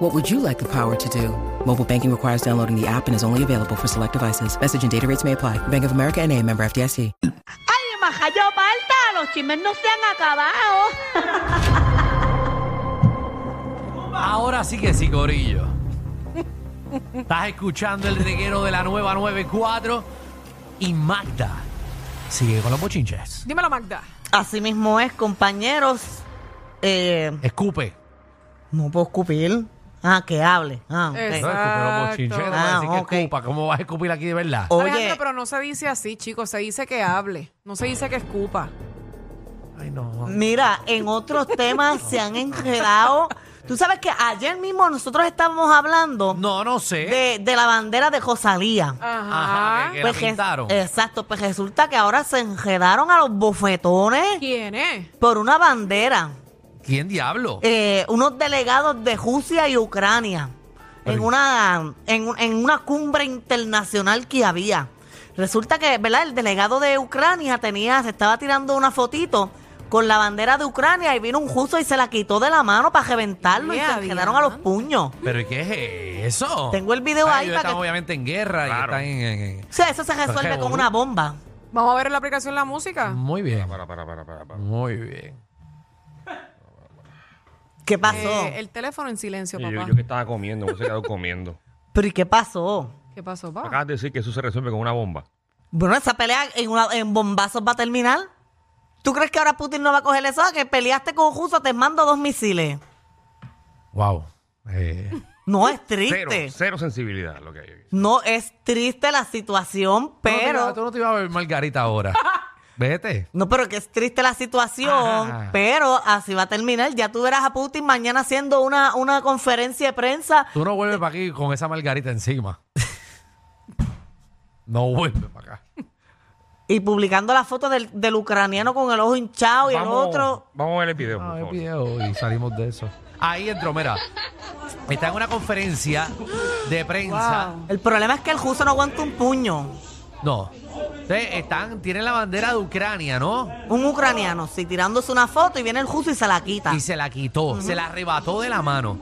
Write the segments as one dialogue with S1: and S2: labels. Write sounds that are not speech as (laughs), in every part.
S1: What would you like the power to do? Mobile banking requires downloading the app and is only available for select devices. Message and data rates may apply. Bank of America and a member FDIC.
S2: ¡Ay, majayo palta! ¡Los chismes no se han acabado!
S3: Ahora sí que sí, Corillo. Estás escuchando el reguero de la nueva 94 y Magda sigue con los bochinches.
S4: Dímelo, Magda.
S2: Así mismo es, compañeros. Eh,
S3: Escupe.
S2: no puedo escupir. Ah, que hable. Ah, ok.
S4: Eso.
S3: No, escupe los bochinches, no vas a
S2: Ah,
S3: decir que
S2: ok. Oh.
S3: escupa. ¿Cómo vas a escupir aquí de verdad?
S2: Oye,
S4: Alejandro, pero no se dice así, chicos. Se dice que hable. No se dice que escupa.
S3: Ay, no.
S2: mira, en otros temas se han enredado. Tú sabes que ayer mismo nosotros estábamos hablando
S3: No, no sé.
S2: de, Ah, pues de la bandera de Rosalía.
S4: Ajá.
S3: Ajá, que, que la
S2: que-
S3: pintaron.
S2: exacto, pues resulta que ahora se enredaron a los bofetones
S4: ¿Quién es?
S2: por una bandera.
S3: ¿Quién diablo?
S2: eh, unos delegados de Rusia y Ucrania en
S3: Ay.
S2: una, en, un- en una cumbre internacional que había. Resulta que, ¿verdad? El delegado de Ucrania tenía, se estaba tirando una fotito con la bandera de Ucrania y vino un ruso y se la quitó de la mano para reventarlo y
S4: Ea,
S2: se quedaron a los puños.
S3: ¿Pero qué es eso?
S2: Tengo el video
S3: Ah,
S2: ahí
S3: ellos
S2: para
S3: están
S2: que-
S3: obviamente en guerra y están en- en- en-
S2: O sea, eso se resuelve
S3: Pero,
S2: con una bomba.
S4: Vamos a ver en la aplicación la música.
S3: Muy bien.
S5: Para, para, para, para, para.
S3: Muy bien.
S2: ¿Qué pasó?
S4: Eh, el teléfono en silencio,
S5: Y Yo,
S4: papá.
S5: yo que estaba comiendo, me he quedado comiendo.
S2: ¿Pero y qué pasó?
S4: ¿Qué pasó,
S5: Me
S4: papá?
S5: (laughs) Acabas de decir que eso se resuelve con una bomba.
S2: Bueno, esa pelea en, una- en bombazos va a terminar. ¿Tú crees que ahora Putin no va a coger eso? Ah, Que peleaste con Ruso, te mando dos misiles.
S3: Wow. Eh,
S2: No es
S5: Cero,
S2: triste.
S5: cero sensibilidad lo que hay aquí.
S2: No es triste la situación,
S3: tú no te
S2: pero.
S3: ibas- tú no te ibas a ver
S2: (laughs)
S3: Margarita ahora. Vete.
S2: No, pero que es triste la situación,
S3: Ajá.
S2: pero así va a terminar. Ya tú verás a Putin mañana haciendo una, una conferencia de prensa.
S3: Tú no vuelves para aquí con esa margarita encima. No vuelves para acá.
S2: Y publicando la foto del, del ucraniano con el ojo hinchado y el otro.
S5: vamos a ver el video, por
S3: Ah, el
S5: favor.
S3: video y salimos de eso. Ahí entró, mira. Está en una conferencia de prensa.
S4: Wow.
S2: El problema es que el ruso no aguanta un puño.
S3: No. Ustedes están, tienen la bandera de Ucrania, ¿no?
S2: Un ucraniano, sí, tirándose una foto y viene el ruso y se la quita.
S3: Y se la quitó, se la arrebató de la mano.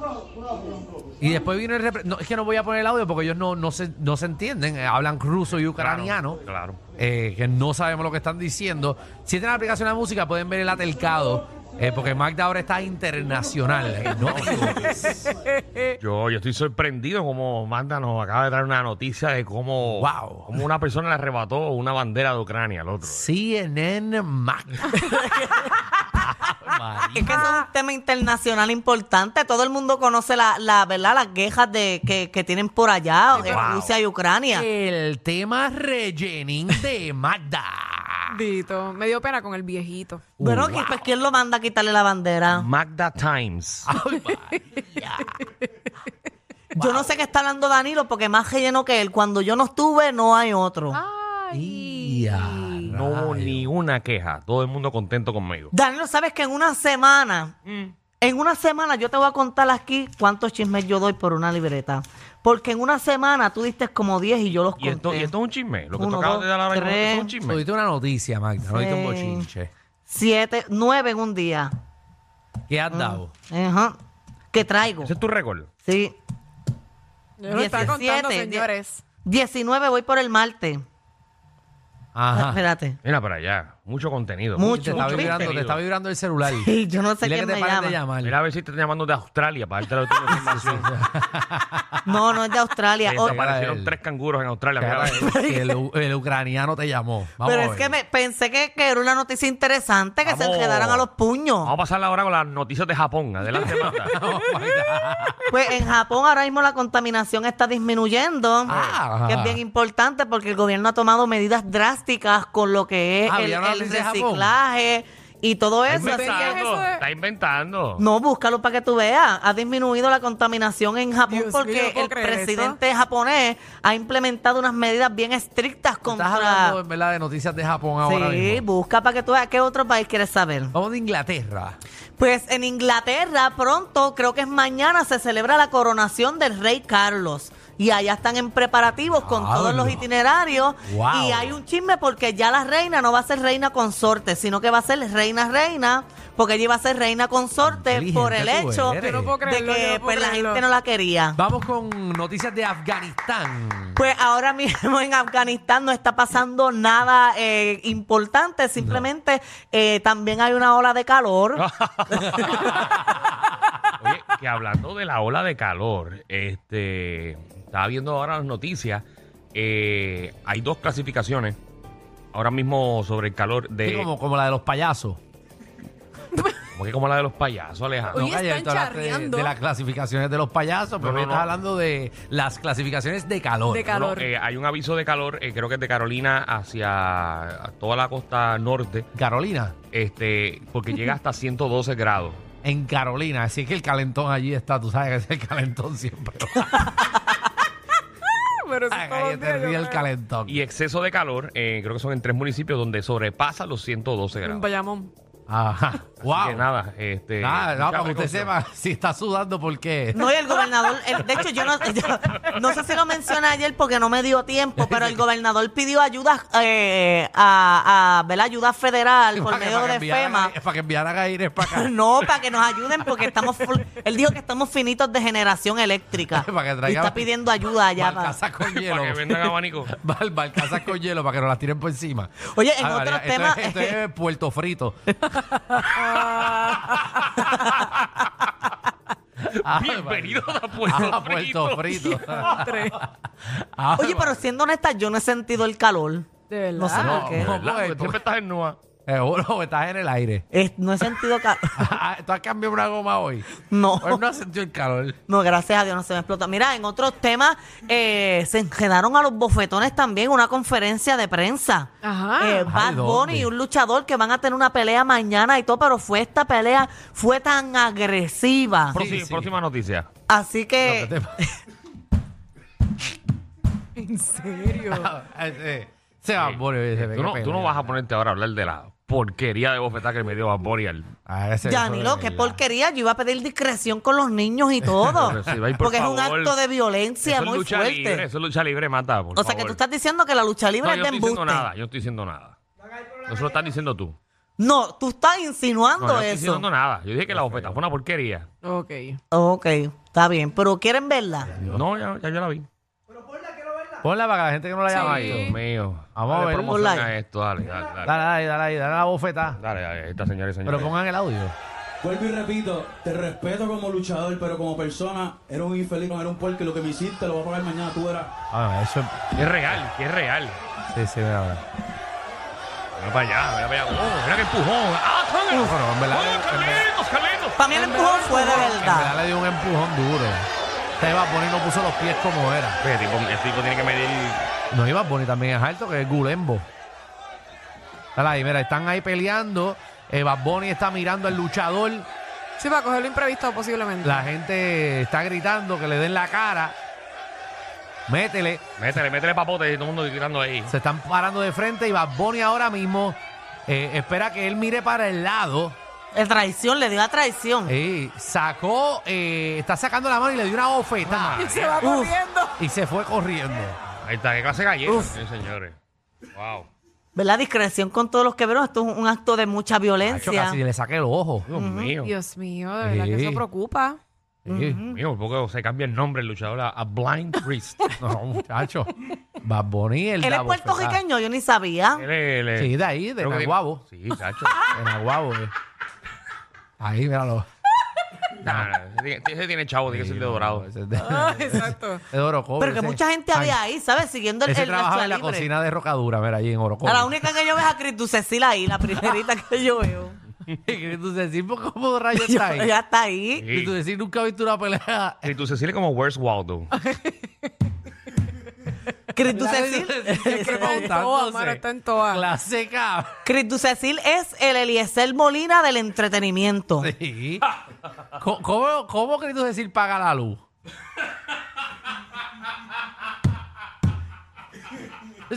S3: Y después vino el repre- no, Es que no voy a poner el audio porque ellos no, no, se, no se entienden. eh, Hablan ruso y ucraniano.
S5: Claro.
S3: eh, que no sabemos lo que están diciendo. Si tienen la aplicación de la música, pueden ver el atelcado. eh, porque Magda ahora está internacional. eh, no te equivoques.
S5: Yo, yo estoy sorprendido como Magda nos acaba de dar una noticia de cómo,
S3: Wow.
S5: cómo una persona le arrebató una bandera de Ucrania al otro.
S2: (laughs)
S3: CNN Magda. María.
S2: Es que eso es un tema internacional importante. Todo el mundo conoce la, la verdad, las quejas de que, que tienen por allá, en
S5: Wow.
S2: Rusia y Ucrania.
S3: el tema rellenín de Magda.
S4: Dito. Me dio pena con el viejito.
S2: Bueno,
S3: Wow.
S2: ¿y pues quién lo manda a quitarle la bandera?
S5: Magda Times.
S3: Ay, María.
S2: Yo no sé qué está hablando Danilo, porque más relleno que él. Cuando yo no estuve, no hay otro.
S4: Ay.
S3: Ya,
S5: No hubo
S3: rayos.
S5: ni una queja. Todo el mundo contento conmigo.
S2: Danilo, ¿sabes que en una semana, en una semana yo te voy a contar aquí cuántos chismes yo doy por una libreta? Porque en una semana tú diste como 10 y yo los conté.
S5: Y esto, y esto es un chisme. Lo que
S2: Uno,
S5: tú acabas
S2: dos,
S5: de dar ahora mismo,
S2: tres.
S5: esto es un
S3: Nos
S5: chisme.
S3: diste una noticia, Magda. Nos diste un
S2: Sí.
S3: bochinche.
S2: Siete, nueve en un día.
S3: ¿Qué
S2: Ah.
S3: has dado?
S2: Ajá. ¿Qué traigo?
S5: Ese es tu récord.
S2: Sí.
S4: Yo lo estaba contando,
S2: 17,
S4: señores.
S2: 19 voy por el martes. Ah,
S3: Ajá.
S2: espérate.
S5: Mira para allá. Mucho contenido.
S2: Mucho,
S3: Te está
S2: mucho
S3: vibrando, te
S5: contenido.
S3: está vibrando el celular.
S2: Y yo no sé
S3: Dile
S2: quién
S3: que te
S2: me
S3: paren de
S2: llama.
S3: llamar.
S5: Mira a ver si te están llamando de Australia para darte la última información.
S2: No, no es de
S5: (laughs)
S2: Australia. Oh,
S3: Esa-
S5: Desaparecieron
S3: él.
S5: tres canguros en Australia. Mira,
S3: Espera,
S5: (laughs) mira.
S3: que el, u- el ucraniano te llamó. Vamos
S2: pero
S3: a
S2: es
S3: ver.
S2: que
S3: (laughs)
S2: me, pensé que, que era una noticia interesante que se
S5: Vamos.
S2: enredaran a los
S5: Vamos a
S2: puños.
S5: pasar ahora con las noticias de Japón. Adelante, Marta.
S3: Oh, my God.
S2: Pues en Japón ahora mismo la contaminación está disminuyendo,
S3: Ah.
S2: que es bien importante porque el gobierno ha tomado medidas drásticas con lo que es
S3: Ah,
S2: el,
S3: ¿había una
S2: el
S3: noticia de Japón?
S2: reciclaje Y todo eso.
S5: Está
S2: así que-
S5: inventando.
S4: eso de-
S5: Está inventando.
S2: no, búscalo para que tú veas. Ha disminuido la contaminación en Japón
S4: Dios mío,
S2: porque
S4: ¿puedo
S2: el
S4: creer esto?
S2: presidente japonés ha implementado unas medidas bien estrictas
S3: Estás hablando,
S2: contra.
S3: en verdad, de noticias de Japón ahora
S2: Sí,
S3: mismo.
S2: busca para que tú veas qué otro país quieres saber.
S3: Vamos de Inglaterra.
S2: Pues en Inglaterra pronto, creo que es mañana, se celebra la coronación del rey Carlos. Y allá están en preparativos con todos
S3: Diablo.
S2: los itinerarios.
S3: Wow.
S2: Y hay un chisme porque ya la reina no va a ser reina consorte, sino que va a ser reina reina, porque ella iba a ser reina consorte por el
S3: Inteligente tú
S2: hecho
S3: eres.
S4: Yo no puedo
S2: de
S4: creerlo, yo
S2: que
S4: no puedo
S2: pues, la
S4: creerlo.
S2: gente no la quería.
S3: Vamos con noticias de Afganistán.
S2: Pues ahora mismo en Afganistán no está pasando nada eh, importante, simplemente eh, también hay una ola de
S4: Ah.
S2: calor.
S5: Oye, que hablando de la ola de calor, este, estaba viendo ahora las noticias. eh, hay dos clasificaciones ahora mismo sobre el calor de.
S3: Sí, como, como la de los payasos.
S5: ¿Cómo que como la de los payasos, Alejandro?
S4: Oye,
S3: Calle,
S4: están
S3: tú hablaste de-
S4: charreando.
S3: De, las clasificaciones de los payasos, pero
S5: No, no,
S3: yo
S5: no.
S3: estaba hablando de las clasificaciones de calor.
S4: De calor.
S5: No, eh, hay un aviso de calor, eh, creo que es de Carolina hacia toda la costa norte,
S3: Carolina,
S5: este, porque
S2: (laughs)
S5: llega hasta 112 grados.
S3: en Carolina, así es que el calentón allí está, tú sabes que es el calentón siempre.
S4: Pero eso es
S3: Ay,
S4: todos los
S3: Ahí te
S4: días, yo
S3: ríe Ah, el
S4: creo.
S3: calentón.
S5: Y exceso de calor, eh, creo que son en tres municipios donde sobrepasa los 112
S4: En
S5: grados.
S4: Bayamón.
S3: Ajá. Wow.
S5: Que nada, este.
S3: Nada, no,
S5: mucha
S3: para que usted
S5: precaución.
S3: sepa (laughs) si está sudando porque (laughs)
S2: No, y el gobernador, el- de hecho, yo no, yo no sé si lo mencioné ayer porque no me dio tiempo, pero el gobernador pidió ayuda eh, a, a ¿verdad? ayuda federal por
S3: para que-
S2: medio
S3: para que
S2: de
S3: enviaran
S2: FEMA.
S3: a- para que enviaran a Ires
S2: (laughs)
S3: para acá.
S2: No, para que nos ayuden porque estamos full- él dijo que estamos finitos de generación eléctrica.
S3: (laughs) Para que
S2: y
S3: traigan-
S2: está pidiendo ayuda allá. (laughs) para-
S3: Barcazas con hielo.
S5: (laughs) Para que
S3: (laughs)
S5: vendan
S2: (laughs)
S5: abanico.
S3: Bar- barcazas con hielo para que nos las tiren por encima.
S2: Oye, en
S3: Ay,
S2: otros
S3: María, esto
S2: temas-
S3: es- Esto es,
S2: (laughs)
S3: Puerto Frito.
S4: Ah,
S2: Ah,
S3: Ay,
S5: Bienvenido
S3: María.
S5: a Puerto
S3: Ah, Puerto
S2: (laughs)
S5: Frito.
S3: Frito. (laughs)
S4: Tres.
S3: Ah,
S2: Oye, pero siendo honesta, yo no he sentido el calor.
S4: De verdad.
S2: No sé
S3: No,
S2: por qué.
S3: no.
S5: ¿Verdad? Porque
S3: Puerto.
S5: siempre estás en Nua.
S3: (laughs) Seguro, pues, estás en el aire. (laughs)
S2: Eh, no he sentido calor.
S3: Ah, ¿Tú has cambiado una goma hoy?
S2: (laughs) No.
S3: Hoy no has sentido el calor.
S2: No, gracias a Dios no se me explota. Mira, en otros temas eh, se enredaron a los bofetones también una conferencia de prensa.
S4: Ajá.
S2: Eh,
S4: Ay,
S2: Bad
S3: ¿dónde?
S2: Bunny y un luchador que van a tener una pelea mañana y todo, pero fue esta pelea, fue tan agresiva.
S3: Pro-
S5: Próxima-
S3: sí.
S5: Próxima noticia.
S2: Así
S3: No, ¿qué
S2: que
S3: te pasa?
S2: (laughs)
S3: (laughs)
S4: En serio.
S3: Eh, eh, Se va, Borio. oye, se ve
S5: Eh, Tú
S3: que
S5: no, tú no
S3: pelea.
S5: vas a ponerte ahora a hablar de la porquería de bofetada que me dio Bad Bunny al-
S3: Ah, ese- eso
S2: Danilo,
S3: de
S2: qué
S3: verdad.
S2: porquería, yo iba a pedir discreción con los niños y todo.
S5: (laughs) Pero sí, ay, por
S2: porque es un
S5: favor.
S2: acto de violencia
S5: Eso es
S2: muy
S5: lucha
S2: fuerte.
S5: libre, eso es lucha libre, mata. por
S2: o sea que
S5: favor.
S2: tú estás diciendo que la lucha libre
S5: No,
S2: es
S5: yo
S2: de
S5: no estoy diciendo
S2: embuste.
S5: nada, yo no estoy diciendo nada. Eso lo estás diciendo tú.
S2: No, tú estás
S5: No,
S2: insinuando
S5: yo no estoy
S2: eso.
S5: diciendo nada. Yo dije que la bofetada fue una porquería.
S4: ok.
S2: Ok, está bien, pero quieren verla.
S5: No, ya, ya yo la vi.
S3: Ponla para que la gente que no la haya
S4: Sí.
S5: Ay, Dios mío.
S3: Vamos a
S5: Dale
S3: ver.
S5: promoción
S2: Online.
S5: a esto, dale, dale,
S3: Dale,
S5: dale.
S3: dale, dale, ahí, dale la bofetada.
S5: Dale, dale, esta señora y señora.
S3: Pero pongan el audio.
S6: Vuelvo y repito, te respeto como luchador, pero como persona, eres un infeliz, no eres un puerco y lo que me hiciste lo voy a pagar mañana, tú verás.
S3: A ver, Ah, eso
S5: Que es real, que es real.
S3: Sí, sí, mira, mira.
S5: Mira para allá, mira para allá. Oh, mira que empujón. ¡Ah,
S3: No,
S5: Carlos!
S3: pero en verdad,
S5: ¡Oye,
S3: en
S5: Carlitos, Carlitos!
S2: Para mí el empujón fue de
S3: En
S2: verdad.
S3: verdad le dio un empujón duro. Este Iván Boni no puso los pies como era.
S5: Oye, Este tipo, el tipo tiene que medir.
S3: No, Iván Boni también es alto, que es Gulembo. Dale ahí, mira, están ahí peleando. Eh, Bad Bunny está mirando al luchador.
S4: Sí, para coger lo imprevisto posiblemente.
S3: La gente está gritando que le den la cara. Métele.
S5: Métele, métele papote, todo el mundo gritando ahí.
S3: Se están parando de frente y Bad Bunny ahora mismo eh, espera que él mire para el lado.
S2: Es traición, le dio a traición.
S3: Eh, sacó, eh, está sacando la mano y le dio una bofetada.
S4: Y se va corriendo.
S3: y se fue corriendo.
S5: Ahí está, qué clase de galleta, sí, señores. Wow.
S2: ¿Verdad? Discreción con todos los quebrados. Esto es un acto de mucha
S3: Yo
S2: violencia.
S3: casi le saqué el ojo.
S5: Dios mío. Dios
S4: Dios mío, de verdad que
S3: Sí.
S4: eso preocupa. (laughs)
S3: Sí.
S5: mío, porque se cambia el nombre el luchador a, a Blind Priest.
S3: No, muchacho. Bad Bunny,
S2: Él
S3: el
S2: es
S3: da bofetada.
S2: puertorriqueño, yo ni sabía.
S5: Él es- él es-
S3: Sí, de ahí, de
S5: creo que tiene-
S3: Nahuabo.
S5: Sí, chacho.
S3: En Aguabo, eh. Ahí, míralo.
S5: Nah, nah, ese tiene- ese tiene chavo, tiene que ser de dorado.
S3: Ese es de,
S4: Ah, exacto.
S3: de Orocobre,
S2: Pero que
S3: ese.
S2: mucha gente había ahí, ¿sabes? Siguiendo el,
S3: Ese
S2: el
S3: trabajaba en la
S2: lucha libre.
S3: cocina de Rocadura, mira, allí en Orocobre.
S2: A la única que yo veo es a Cristo Cecilia ahí, la primerita que yo veo.
S3: (laughs) Y tú decís, ¿cómo rayo
S2: (laughs)
S3: está ahí?
S2: Ella está ahí.
S3: Y tú
S4: (laughs)
S5: Sí.
S3: decís, nunca he visto una pelea
S5: Y tú Cecilia como Where's Waldo.
S2: Chris Ducecil. (laughs)
S4: Está en toa, mano, está en toa.
S3: La seca.
S5: (laughs)
S2: Chris Ducecil es el Eliezer Molina del entretenimiento.
S3: Sí. (laughs) Co- ¿Cómo, cómo querido decir paga la luz? (laughs)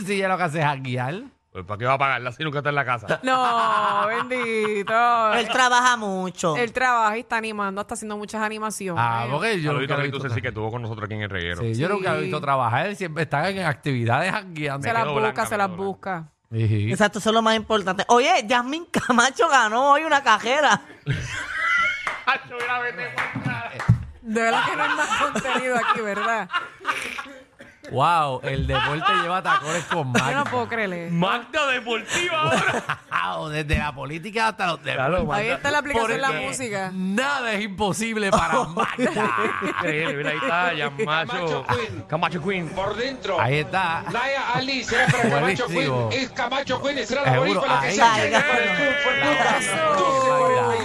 S3: Si ya lo que hace es hackear.
S5: Pues, ¿Para qué va a pagarla si nunca está en la casa?
S4: No, bendito.
S2: Él trabaja mucho.
S4: Él trabaja y está animando, está haciendo muchas animaciones.
S3: Ah, porque yo
S5: Saludito
S3: nunca
S5: a
S3: lo he
S5: Luis
S3: visto.
S5: Ducecil que estuvo con nosotros aquí en el reguero.
S3: Sí, yo
S4: Sí.
S3: nunca lo he visto trabajar. Él siempre está en actividades hackeando.
S4: se las
S5: quedo
S4: busca,
S5: blanca,
S4: se
S5: me
S4: las
S5: quedo
S4: busca.
S3: Sí.
S2: Exacto, eso es lo más importante. Oye, Yasmin Camacho ganó hoy una cajera.
S4: De verdad que no hay más contenido aquí, ¿verdad?
S3: Wow, el deporte lleva tacones con
S4: (laughs) Yo no puedo
S3: Magda.
S4: creerle.
S5: Magda Deportiva ahora.
S3: Wow, (laughs) Desde la política hasta los deportes.
S4: Ahí está la aplicación de la
S3: Porque
S4: música.
S3: Nada es imposible
S4: (laughs)
S3: para Magda.
S5: Increíble, mira, ahí está
S3: (laughs)
S5: Yamacho.
S7: Camacho Queen.
S5: Camacho Queen.
S7: Por dentro.
S3: Ahí está.
S7: Naya Ali será para Camacho
S3: Buenísimo.
S7: Queen. Es Camacho Queen, será la
S3: Seguro,
S7: boricua la que
S3: ahí.
S7: se quede
S2: Ay,
S7: para el club. Fue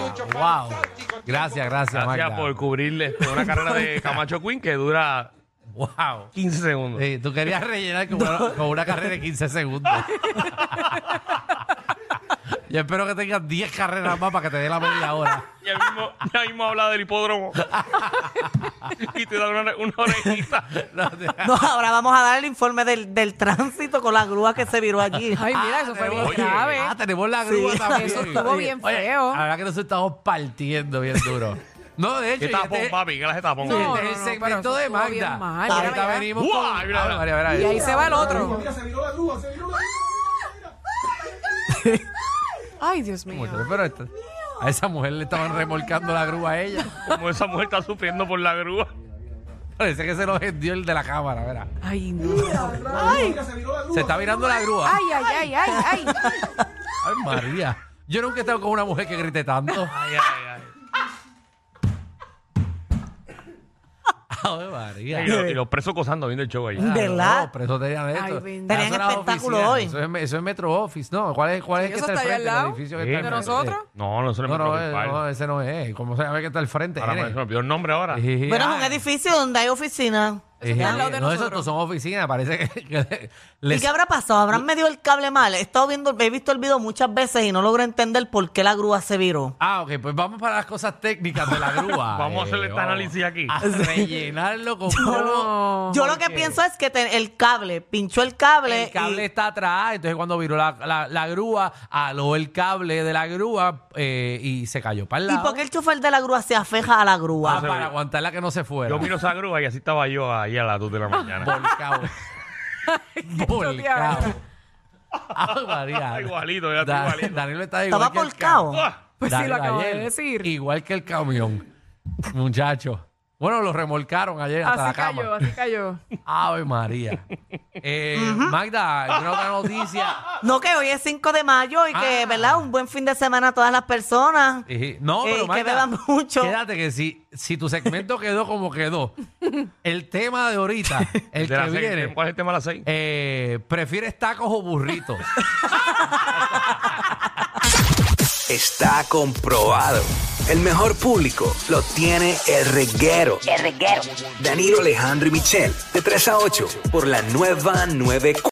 S7: nunca.
S3: Magda.
S7: 12.48,
S3: Wow.
S7: fantástico, tipo.
S3: Gracias, gracias,
S5: Gracias
S3: Magda.
S5: por cubrirle una carrera de Camacho Queen que dura
S3: Wow.
S5: 15 segundos.
S3: Sí, tú querías rellenar con una, con una carrera de 15
S4: (laughs)
S3: segundos. Yo espero que tengas 10 carreras más para que te dé la media hora.
S5: Ya mismo, ya mismo habla
S3: (laughs)
S5: del hipódromo. y te da una, una orejita.
S3: No, te-
S2: No, ahora vamos a dar el informe del, del tránsito con la grúa que se viró
S3: (laughs)
S2: allí.
S4: Ay, mira, eso fue bien
S3: Oye,
S4: grave.
S3: Ah, tenemos la grúa
S2: Sí,
S3: también.
S4: eso estuvo bien feo.
S3: La verdad que nos estamos partiendo bien duro. No, de hecho,
S5: ¿Qué
S3: y este,
S5: tapón, papi? ¿Qué las tapón?
S4: No,
S3: este es el
S4: no, no, pero
S3: segmento
S4: eso
S3: de
S4: estuvo bien
S3: Magda.
S4: mal.
S3: Ahorita
S4: Mira, mira.
S3: venimos
S5: ¡Guau!
S3: con...
S5: Mira, mira.
S3: Ah, mira, mira,
S4: Y
S3: mira.
S4: ahí se va el otro.
S6: Mira, se viró la grúa, se viró la grúa.
S4: Ay, Dios mío.
S3: Pero esta- a esa mujer le estaban remolcando la grúa a ella.
S5: Como esa mujer está sufriendo por la grúa.
S3: Parece que se lo vendió el de la cámara, verá.
S4: Ay, no.
S6: Mira, se viró la grúa.
S3: Se está mirando la grúa.
S4: Ay, ay, ay, ay, ay.
S3: Ay, María. Yo nunca he estado con una mujer que grite tanto.
S5: Ay, ay,
S3: Ay,
S5: ay.
S3: María.
S5: Y, lo- y los presos gozando viendo el show ahí.
S3: Claro,
S2: ¿Verdad?
S3: pero eso tenían esto.
S4: Ay,
S3: Eso
S4: bendito.
S2: Tenían
S3: era
S2: espectáculo
S3: oficina,
S2: hoy.
S3: Eso es, eso es Metro Office, ¿no? ¿Cuál es, cuál es
S4: Sí,
S3: que
S4: eso
S3: está al
S4: está ahí
S3: frente?
S4: al
S3: el
S4: lado.
S3: edificio que
S5: Sí,
S3: está al
S4: ¿De
S5: pero-
S3: frente.
S4: nosotros?
S5: No, no, eso no,
S3: No,
S5: me
S3: no,
S5: preocupa.
S3: eh, no, eh, ese no es. ¿Cómo se llama que está al frente?
S5: Ahora me,
S3: nene?
S5: se me olvidó el nombre ahora.
S3: Ejé,
S2: Bueno, es
S3: ay,
S2: un edificio donde hay oficina.
S3: ejé,
S4: está al lado de
S3: No,
S4: nosotros.
S3: esos no son oficinas, parece que- que
S2: ¿Y
S3: les-
S2: qué habrá pasado? ¿Habrán medido el cable mal? He estado viendo, he visto el video muchas veces y no logro entender por qué la grúa se viró.
S3: Ah, ok, pues vamos para las cosas técnicas de la grúa.
S5: (laughs)
S3: Eh,
S5: Vamos a hacer este
S3: vamos
S5: análisis aquí.
S2: (laughs)
S3: A rellenarlo con polvo.
S4: No.
S2: Yo lo que pienso es que te- el cable, pinchó el cable.
S3: El cable
S2: y-
S3: está atrás, entonces cuando viró la, la- la grúa, aló el cable de la grúa eh, y se cayó para el
S2: ¿Y
S3: lado.
S2: por qué el chofer de la grúa se afeja a la
S3: Ah,
S2: grúa?
S3: para aguantarla que no se fuera.
S5: Yo miro esa grúa y así estaba yo ahí a las 2 de
S3: Ah.
S5: la
S2: (laughs)
S5: mañana.
S3: Volcao. Volcao. Ay, Ah, María.
S5: Igualito, ya está
S3: Da-
S5: igualito.
S3: Danilo está igual.
S2: Estaba
S3: que el
S2: por cao.
S5: ¡Ah!
S4: Pues sí,
S3: Danilo
S4: lo acabo de
S3: ayer,
S4: decir.
S3: Igual que el camión, muchacho. Bueno, lo remolcaron ayer hasta
S4: Así
S3: la cama.
S4: cayó, así cayó.
S3: Ave María. Eh, Magda, una otra noticia.
S2: No, que hoy es 5 de mayo y que,
S3: Ah.
S2: ¿verdad? Un buen fin de semana a todas las personas.
S3: Eh, No,
S2: Eh,
S3: pero
S2: que
S3: Magda,
S2: beban mucho.
S3: Quédate que si, si tu segmento quedó como quedó, el tema de
S5: (laughs)
S3: ahorita, el
S5: De
S3: que
S5: las seis,
S3: viene,
S5: ¿Cuál es el tema a las 6?
S3: eh, ¿prefieres tacos o burritos?
S8: Está comprobado. El mejor público lo tiene el reguero. El reguero. Danilo Alejandro y Michel, de 3 a 8, por la nueva 9.